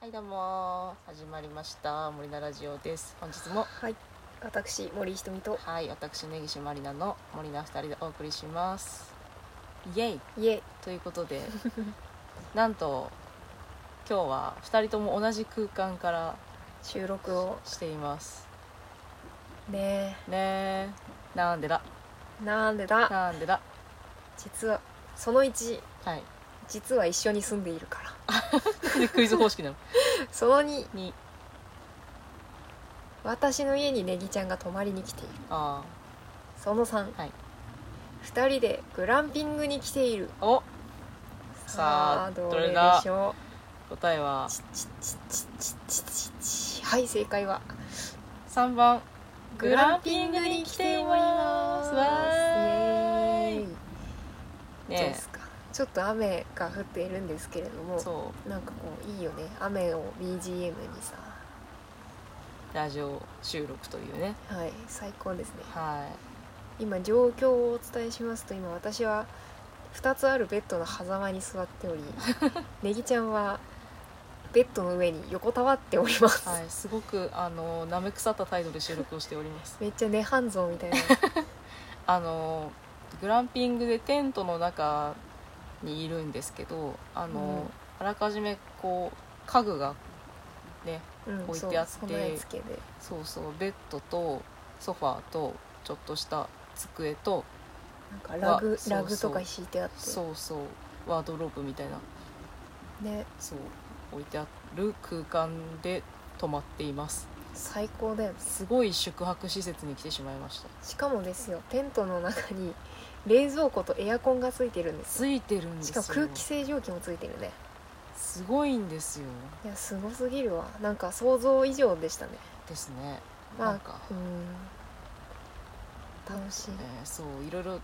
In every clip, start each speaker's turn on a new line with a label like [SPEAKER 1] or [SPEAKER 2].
[SPEAKER 1] はいどうも始まりました森菜ラジオです本日も
[SPEAKER 2] 私森ひとみと
[SPEAKER 1] はい私根岸まりなの森菜二人でお送りしますイエイ
[SPEAKER 2] イエ
[SPEAKER 1] ということ でなんと今日は二人とも同じ空間から
[SPEAKER 2] 収録を
[SPEAKER 1] しています
[SPEAKER 2] ね
[SPEAKER 1] ねえなんでだ
[SPEAKER 2] えなんでだ
[SPEAKER 1] なんでだ
[SPEAKER 2] 実はその1
[SPEAKER 1] はい
[SPEAKER 2] 実は一緒に住んでいるか
[SPEAKER 1] なんでクイズ方式 なの
[SPEAKER 2] ら その2
[SPEAKER 1] に
[SPEAKER 2] 私の家にネギちゃんが泊まりに来ている
[SPEAKER 1] あ
[SPEAKER 2] その3、
[SPEAKER 1] はい
[SPEAKER 2] 2人でグランピングに来ている
[SPEAKER 1] あおさあ
[SPEAKER 2] ど
[SPEAKER 1] ど
[SPEAKER 2] れ
[SPEAKER 1] れ
[SPEAKER 2] で
[SPEAKER 1] だ
[SPEAKER 2] しょ
[SPEAKER 1] 答え
[SPEAKER 2] う
[SPEAKER 1] は
[SPEAKER 2] ちちちちちちちちはい正解は
[SPEAKER 1] 三番
[SPEAKER 2] グランピングに来ております
[SPEAKER 1] わーい
[SPEAKER 2] イエーイどう
[SPEAKER 1] ね
[SPEAKER 2] ですかちょっと雨が降っているんですけれども
[SPEAKER 1] えそう
[SPEAKER 2] なんかこういいよね雨を BGM にさ
[SPEAKER 1] ラジオ収録というね
[SPEAKER 2] はい最高ですね
[SPEAKER 1] は
[SPEAKER 2] 今状況をお伝えしますと今私は2つあるベッドの狭間に座ってお りネギちゃんはベッドの上に横たわっております、
[SPEAKER 1] い、はい、すごくあの舐め腐った態度で収録をしております
[SPEAKER 2] めっちゃ寝半蔵みたいな
[SPEAKER 1] あのグランピングでテントの中にいるんですけどあの、
[SPEAKER 2] うん
[SPEAKER 1] あらかじめこう家具がね
[SPEAKER 2] うん
[SPEAKER 1] 置い
[SPEAKER 2] そう
[SPEAKER 1] てあって
[SPEAKER 2] 備え付けで
[SPEAKER 1] そうそうベッドとソファーとちょっとした机と
[SPEAKER 2] なんかラ
[SPEAKER 1] う
[SPEAKER 2] グ
[SPEAKER 1] わそう
[SPEAKER 2] ラグと
[SPEAKER 1] そう
[SPEAKER 2] か敷いてあって
[SPEAKER 1] そうそうワードローブみたいな
[SPEAKER 2] ね
[SPEAKER 1] そう置いてある空間で泊まっています
[SPEAKER 2] 最高だよね
[SPEAKER 1] すごい宿泊施設に来てしまいました
[SPEAKER 2] しかもですよテントの中に冷蔵庫とエアコンがついてるんです
[SPEAKER 1] つ
[SPEAKER 2] よ
[SPEAKER 1] いてるんです
[SPEAKER 2] し
[SPEAKER 1] よ
[SPEAKER 2] かも空気清浄機もついてるね
[SPEAKER 1] すごいんですよ
[SPEAKER 2] いやすごすぎるわなんか想像以上でしたね
[SPEAKER 1] ですね
[SPEAKER 2] ま
[SPEAKER 1] なん
[SPEAKER 2] あ
[SPEAKER 1] か、
[SPEAKER 2] うん楽しい
[SPEAKER 1] えーそういろいろ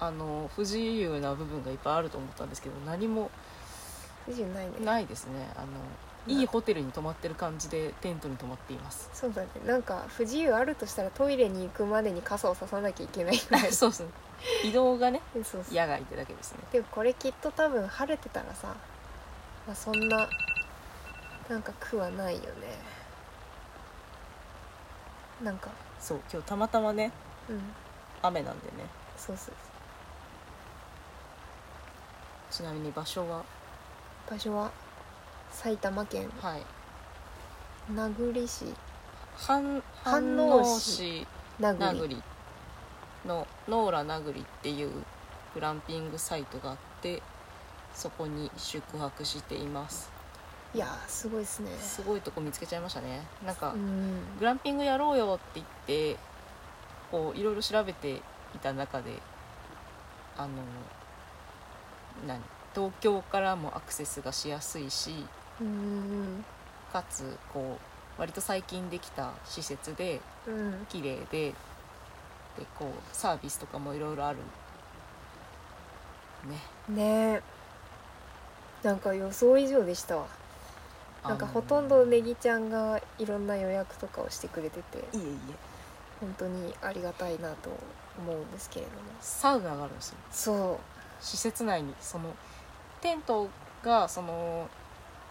[SPEAKER 1] あの不自由な部分がいっぱいあると思ったんですけど何も
[SPEAKER 2] 不自由ないね
[SPEAKER 1] ないですねあのいいホテルに泊まってる感じでテントに泊まっています
[SPEAKER 2] そうだねなんか不自由あるとしたらトイレに行くまでに傘をささなきゃいけないぐらい
[SPEAKER 1] そうですね移動がね
[SPEAKER 2] そうそう
[SPEAKER 1] 野外ってだけですね
[SPEAKER 2] でもこれきっと多分晴れてたらさ、まあ、そんななんか苦はないよねなんか
[SPEAKER 1] そう今日たまたまね
[SPEAKER 2] うん
[SPEAKER 1] 雨なんでね
[SPEAKER 2] そうそう
[SPEAKER 1] ちなみに場所は
[SPEAKER 2] 場所は埼玉県
[SPEAKER 1] はい
[SPEAKER 2] 名栗市
[SPEAKER 1] 飯
[SPEAKER 2] 飯
[SPEAKER 1] 飯
[SPEAKER 2] 能
[SPEAKER 1] 能
[SPEAKER 2] 市
[SPEAKER 1] 市
[SPEAKER 2] 名
[SPEAKER 1] 名
[SPEAKER 2] 栗
[SPEAKER 1] 栗のノーラ名栗っていうグランピングサイトがあってそこに宿泊しています
[SPEAKER 2] いやーすごいですね
[SPEAKER 1] すごいとこ見つけちゃいましたねなんか
[SPEAKER 2] うん
[SPEAKER 1] グランピングやろうよって言ってこういろいろ調べていた中であの何東京からもアクセスがしやすいし
[SPEAKER 2] うん
[SPEAKER 1] かつこう割と最近できた施設で
[SPEAKER 2] うん
[SPEAKER 1] 綺麗ででこうサービスとかもいろいろあるね
[SPEAKER 2] ねえなんか予想以上でしたわなんかほとんどネギちゃんがいろんな予約とかをしてくれてて
[SPEAKER 1] あのいえいえ
[SPEAKER 2] 本当にありがたいなと思うんですけれども
[SPEAKER 1] サウナがあるんですよ
[SPEAKER 2] そ
[SPEAKER 1] 施設内にそのテントがその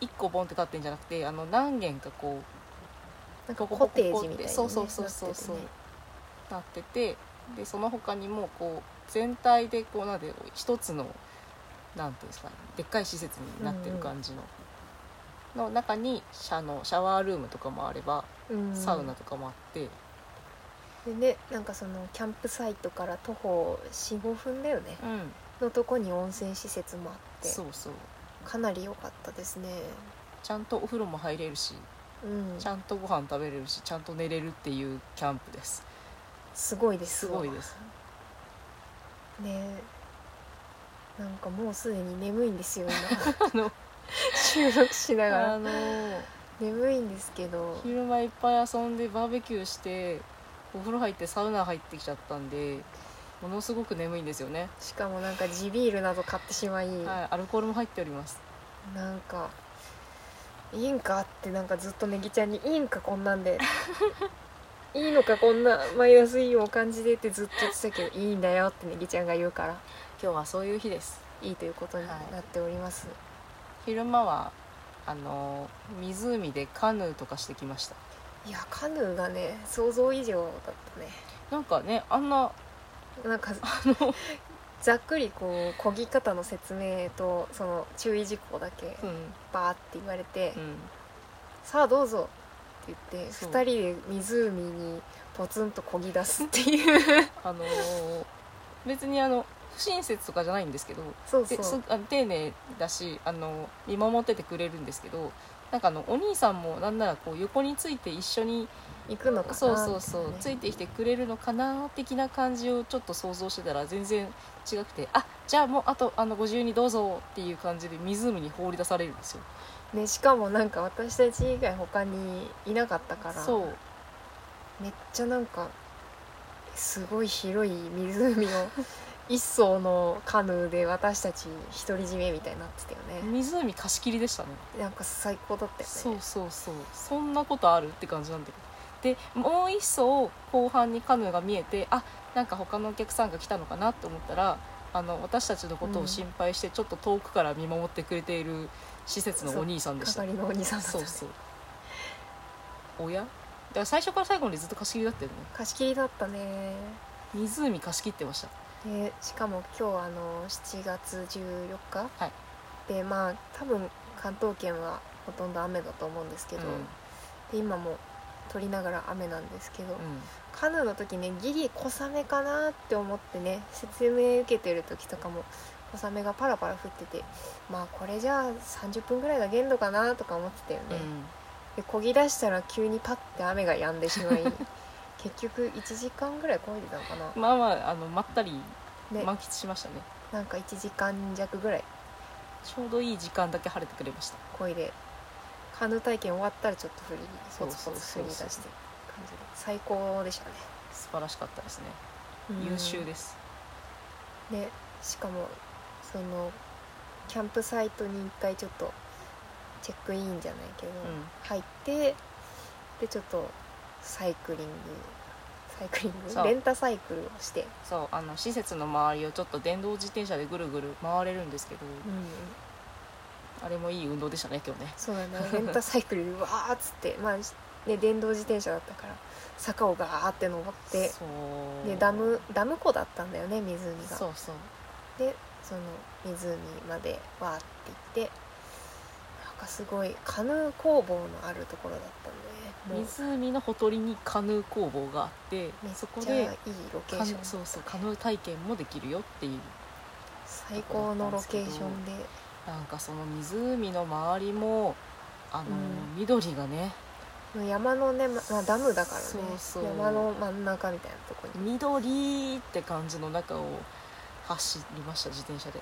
[SPEAKER 1] 1個ボンって立ってんじゃなくてあの何軒かこう
[SPEAKER 2] うなんか
[SPEAKER 1] ポコ
[SPEAKER 2] コ
[SPEAKER 1] ポコ
[SPEAKER 2] テージみたいな、ね、
[SPEAKER 1] そうそうそうそうそう
[SPEAKER 2] なって
[SPEAKER 1] なっててでその他にもこう全体でこうなんで一つのなんていうんですかでっかい施設になってる感じの、の中にシャのシャワールームとかもあれば
[SPEAKER 2] てねうん
[SPEAKER 1] サウナとかもあって、
[SPEAKER 2] でねなんかそのキャンプサイトから徒歩45分だよね
[SPEAKER 1] うん、
[SPEAKER 2] のとこに温泉施設もあって
[SPEAKER 1] そうそう
[SPEAKER 2] かなり良かったですね
[SPEAKER 1] ちゃんとお風呂も入れるし
[SPEAKER 2] うん
[SPEAKER 1] ちゃんとご飯食べれるしちゃんと寝れるっていうキャンプです
[SPEAKER 2] すごいですすわ
[SPEAKER 1] ごいです
[SPEAKER 2] ねえなんかもうすでに眠いんですよ
[SPEAKER 1] あの
[SPEAKER 2] 今収録しなが
[SPEAKER 1] あ
[SPEAKER 2] ら
[SPEAKER 1] の
[SPEAKER 2] 眠いんですけど
[SPEAKER 1] 昼間いっぱい遊んでバーベキューしてお風呂入ってサウナ入ってきちゃったんでものすごく眠いんですよね、
[SPEAKER 2] しかもなんか地ビールなど買ってしまい、
[SPEAKER 1] はい、アルコールも入っております
[SPEAKER 2] なんかいいんかってなんかずっとネギちゃんに「いいんかこんなん で」「いいのかこんなマイナスイオンを感じで」ってずっと言ってたけど「いいんだよ」ってネギちゃんが言うから
[SPEAKER 1] 今日はそういう日です
[SPEAKER 2] いいということになっております、
[SPEAKER 1] 昼間はあの湖でカヌーとかしてきました
[SPEAKER 2] いやカヌーがね想像以上だったね
[SPEAKER 1] なんかねあんな
[SPEAKER 2] なんかざっくりこう漕ぎ方の説明とその注意事項だけ
[SPEAKER 1] うん
[SPEAKER 2] バーって言われて
[SPEAKER 1] う、ん
[SPEAKER 2] さあどうぞって言って
[SPEAKER 1] そう
[SPEAKER 2] 2人で湖にポツンと漕ぎ出すっ ていう
[SPEAKER 1] あのー別にあの不親切とかじゃないんですけど
[SPEAKER 2] そう
[SPEAKER 1] で
[SPEAKER 2] そう
[SPEAKER 1] すあの丁寧だしあの見守っててくれるんですけどなんかあのお兄さんもなんならこう横について一緒に
[SPEAKER 2] 行くのかな
[SPEAKER 1] そうそうそう、
[SPEAKER 2] みた
[SPEAKER 1] つ
[SPEAKER 2] い
[SPEAKER 1] いてきてくれるのかな的な感じをちょっと想像してたら全然違くてあじゃあもうあとあのご自由にどうぞっていう感じで湖に放り出されるんですよ
[SPEAKER 2] なねしかもなんか私たち以外他にいなかったから
[SPEAKER 1] そう
[SPEAKER 2] めっちゃなんかすごい広い湖を一層のカヌーで私たち独り占めみたいになってたよね
[SPEAKER 1] 湖貸し切りでしたね
[SPEAKER 2] なんか最高だったよね
[SPEAKER 1] そうそうそうそんなことあるって感じなんだけどでもう一層後半にカヌーが見えてあなんか他のお客さんが来たのかなと思ったらあの私たちのことを心配してちょっと遠くから見守ってくれている施設のお兄さんでした、
[SPEAKER 2] 係のお兄さんだった
[SPEAKER 1] そ
[SPEAKER 2] ね
[SPEAKER 1] うそう親だから最初から最後までずっと貸し切りだったよね
[SPEAKER 2] 貸し切りだったね
[SPEAKER 1] 湖貸し切ってました
[SPEAKER 2] でしかも今日あの7月14日、
[SPEAKER 1] はい
[SPEAKER 2] でまあ多分関東圏はほとんど雨だと思うんですけど、
[SPEAKER 1] う
[SPEAKER 2] で今も撮りながら雨なんですけ
[SPEAKER 1] ん
[SPEAKER 2] ど、
[SPEAKER 1] うん
[SPEAKER 2] カヌーの時ねギリ小雨かなって思ってね説明受けてる時とかも小雨がパラパラ降っててまあこれじゃあ30分ぐらいが限度かなとか思ってたよね、で漕ぎ出したら急にパッて雨が止んでし まい結局1時間ぐらい漕いでたのかな
[SPEAKER 1] うん、まあまああのまったり
[SPEAKER 2] ね
[SPEAKER 1] 満喫しましたね
[SPEAKER 2] なんか1時間弱ぐらい
[SPEAKER 1] ちょうどいい時間だけ晴れてくれました
[SPEAKER 2] 漕いでカヌー体験終わったらちょっと振り
[SPEAKER 1] そ
[SPEAKER 2] ポ
[SPEAKER 1] う
[SPEAKER 2] ツポ
[SPEAKER 1] そう
[SPEAKER 2] ツ
[SPEAKER 1] そ
[SPEAKER 2] 振
[SPEAKER 1] うそう
[SPEAKER 2] り出して感じで最高でしたね
[SPEAKER 1] 素晴らしかったですね優秀です
[SPEAKER 2] ねしかもそのキャンプサイトに一回ちょっとチェックインじゃないけど、
[SPEAKER 1] うん
[SPEAKER 2] 入ってでちょっとサイクリングサイクリン
[SPEAKER 1] そ
[SPEAKER 2] グ
[SPEAKER 1] う
[SPEAKER 2] レンタサイクルをして、
[SPEAKER 1] そうあの施設の周りをちょっと電動自転車でぐるぐる回れるんですけど、あれもいい運動でしたね今日ね
[SPEAKER 2] そうだねレンタサイクルわーっつってまあ、ね、電動自転車だったから坂をガーって登って
[SPEAKER 1] そう
[SPEAKER 2] でダムダム湖だったんだよね湖が
[SPEAKER 1] そうそう
[SPEAKER 2] でその湖までわーって行ってなんかすごいカヌー工房のあるところだったんでもう
[SPEAKER 1] 湖のほとりにカヌー工房があって
[SPEAKER 2] めっ
[SPEAKER 1] そこ
[SPEAKER 2] ちゃいい
[SPEAKER 1] で
[SPEAKER 2] ロケ
[SPEAKER 1] カヌ
[SPEAKER 2] ーシ
[SPEAKER 1] ー
[SPEAKER 2] ョン
[SPEAKER 1] そうそうカヌー体験もできるよっていう
[SPEAKER 2] 最高のロケーションで
[SPEAKER 1] なんかその湖の周りもあの、
[SPEAKER 2] うん
[SPEAKER 1] 緑がね
[SPEAKER 2] もう山のね、ままあ、ダムだからね
[SPEAKER 1] そうそう
[SPEAKER 2] 山の真ん中みたいなとこ
[SPEAKER 1] 緑って感じの中を走りました自転車で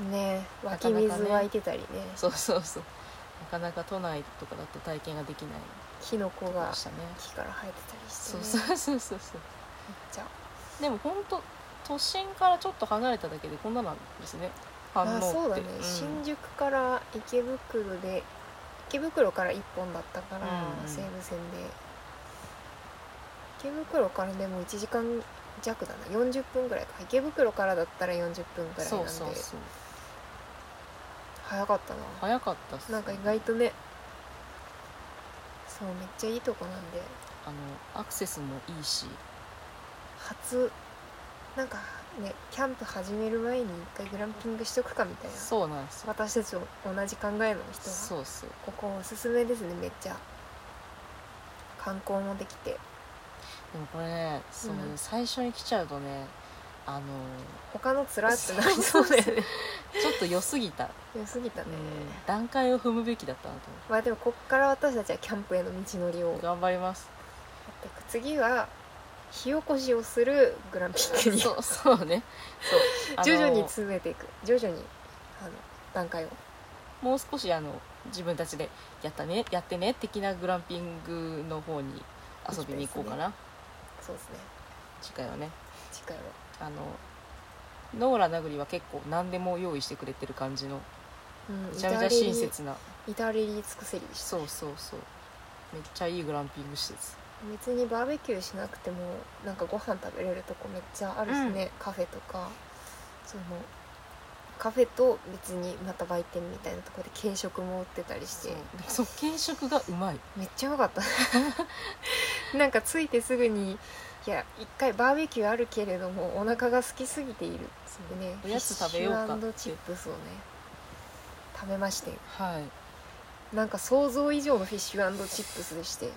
[SPEAKER 2] にね湧
[SPEAKER 1] な
[SPEAKER 2] き
[SPEAKER 1] かなかね
[SPEAKER 2] 水湧いてたりね
[SPEAKER 1] そうそうそうなかなか都内とかだと体験ができない
[SPEAKER 2] キノコが
[SPEAKER 1] でしたね
[SPEAKER 2] 木から生えてたりし
[SPEAKER 1] そ
[SPEAKER 2] て、ね、
[SPEAKER 1] うそうそうそうそう
[SPEAKER 2] めっちゃ
[SPEAKER 1] でも本当都心からちょっと離れただけでこんななんですね反応
[SPEAKER 2] あ
[SPEAKER 1] って
[SPEAKER 2] そうだね、
[SPEAKER 1] ん
[SPEAKER 2] 新宿から池袋で池袋から1本だったから、
[SPEAKER 1] うん
[SPEAKER 2] 西武線で池袋からでも1時間弱だな40分ぐらいか池袋からだったら40分ぐらいなん
[SPEAKER 1] そう
[SPEAKER 2] で
[SPEAKER 1] そうそう
[SPEAKER 2] 早かったな
[SPEAKER 1] 早かったっす
[SPEAKER 2] なんか意外とねそうめっちゃいいとこなんで
[SPEAKER 1] あのアクセスもいいし
[SPEAKER 2] 初なんかねキャンプ始める前に一回グランピングしとくかみたいな
[SPEAKER 1] そうなんですよ
[SPEAKER 2] 私たちと同じ考えの人は
[SPEAKER 1] そうそう
[SPEAKER 2] ここおすすめですねめっちゃ観光もできて
[SPEAKER 1] でもこれねその、
[SPEAKER 2] うん
[SPEAKER 1] 最初に来ちゃうとねあの
[SPEAKER 2] 他のつらってなりそうだよね
[SPEAKER 1] ちょっと良すぎた、
[SPEAKER 2] 良すぎたね、
[SPEAKER 1] うん段階を踏むべきだったなと思
[SPEAKER 2] まあでもこっから私たちはキャンプへの道のりをやっ
[SPEAKER 1] って頑張ります
[SPEAKER 2] ていく次は火起こしをするグランピングに
[SPEAKER 1] そうそうねそうあの
[SPEAKER 2] 徐々に詰めていく徐々にあの段階を
[SPEAKER 1] もう少しあの自分たちでやったねやってね的なグランピングの方に遊びに行こうかな、
[SPEAKER 2] そうですね
[SPEAKER 1] 次回はね
[SPEAKER 2] 次回は
[SPEAKER 1] あのノーラ・ナグリは結構何でも用意してくれてる感じの
[SPEAKER 2] うん
[SPEAKER 1] めちゃめちゃ親切な
[SPEAKER 2] 至れり尽くせりでし
[SPEAKER 1] そうそうそうめっちゃいいグランピング施設
[SPEAKER 2] た別にバーベキューしなくてもなんかご飯食べれるとこめっちゃあるしね、カフェとかそのカフェと別にまた売店みたいなところで軽食も売ってたりして
[SPEAKER 1] そうそう軽食がうまい
[SPEAKER 2] めっちゃ良かった なんか着いてすぐにいや一回バーベキューあるけれどもお腹が空きすぎているってね
[SPEAKER 1] おやつ食べようか
[SPEAKER 2] フィッシュチップスをね食べまして
[SPEAKER 1] はい
[SPEAKER 2] なんか想像以上のフィッシュチップスでして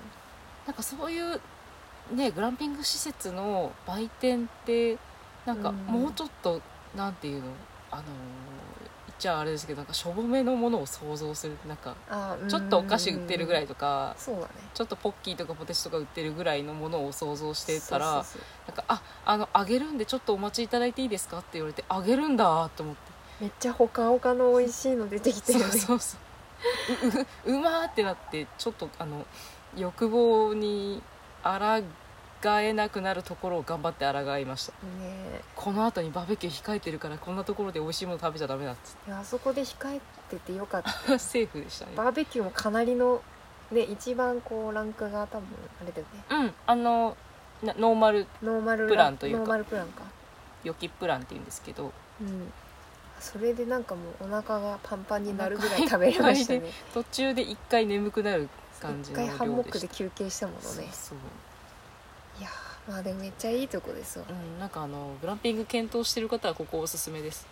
[SPEAKER 1] なんかそういうねグランピング施設の売店ってなんか
[SPEAKER 2] うん
[SPEAKER 1] もうちょっと、なんていうのあのー言っちゃあれですけどなんかしょぼめのものを想像するなんか
[SPEAKER 2] あー
[SPEAKER 1] ちょっとお菓子売ってるぐら
[SPEAKER 2] う
[SPEAKER 1] い
[SPEAKER 2] ん
[SPEAKER 1] とか、
[SPEAKER 2] そうだね
[SPEAKER 1] ちょっとポッキーとかポテチとか売ってるぐらいのものを想像してたら
[SPEAKER 2] そうそうそ
[SPEAKER 1] なんか「ああのあげるんでちょっとお待ちいただいていいですか?」って言われて「あげるんだ」と思って
[SPEAKER 2] うめっちゃほかほかの美味しいの出てきて
[SPEAKER 1] そ
[SPEAKER 2] る
[SPEAKER 1] う
[SPEAKER 2] ね
[SPEAKER 1] そうそう うううまーってなってちょっとあの欲望に抗えなくなるところを頑張って抗いました
[SPEAKER 2] ね
[SPEAKER 1] この後にバーベキュー控えてるからこんなところで美味しいもの食べちゃダメだっつ
[SPEAKER 2] いやあそこで控えててよかった
[SPEAKER 1] ってセーフでしたね
[SPEAKER 2] バーベキューもかなりのね一番こうランクが多分あれだよね
[SPEAKER 1] うんあのなノーマル
[SPEAKER 2] ノーマル
[SPEAKER 1] プランというか
[SPEAKER 2] ノーマルプランか
[SPEAKER 1] 予期プランっていうんですけど
[SPEAKER 2] うんそれでなんかもうお腹がパンパンになるぐらい食べれましたね
[SPEAKER 1] 途中で一回眠くなる 感じ
[SPEAKER 2] 一
[SPEAKER 1] の量
[SPEAKER 2] 回
[SPEAKER 1] でした
[SPEAKER 2] ハンモックで休憩したもの
[SPEAKER 1] そう
[SPEAKER 2] ね
[SPEAKER 1] そう
[SPEAKER 2] いやーまあでもめっちゃいいとこですわ
[SPEAKER 1] うんなんかあのグランピング検討してる方はここおすすめです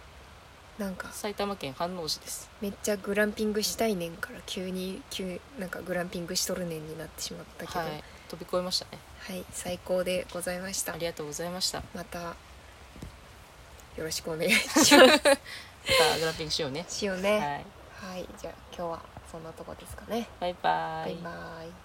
[SPEAKER 2] なんか
[SPEAKER 1] 埼玉県飯能市です
[SPEAKER 2] めっちゃグランピングしたいねんから急に急なんかグランピングしとるねんになってしまったけど
[SPEAKER 1] は
[SPEAKER 2] はいい、
[SPEAKER 1] 飛び越えましたね
[SPEAKER 2] 最高でございました
[SPEAKER 1] ありがとうございましたま
[SPEAKER 2] またよろしくお願いしま
[SPEAKER 1] たグランピングしようね
[SPEAKER 2] すしようね
[SPEAKER 1] はい
[SPEAKER 2] はい、じゃあ今日はそんなとこですかね
[SPEAKER 1] バイバイ
[SPEAKER 2] バイバイ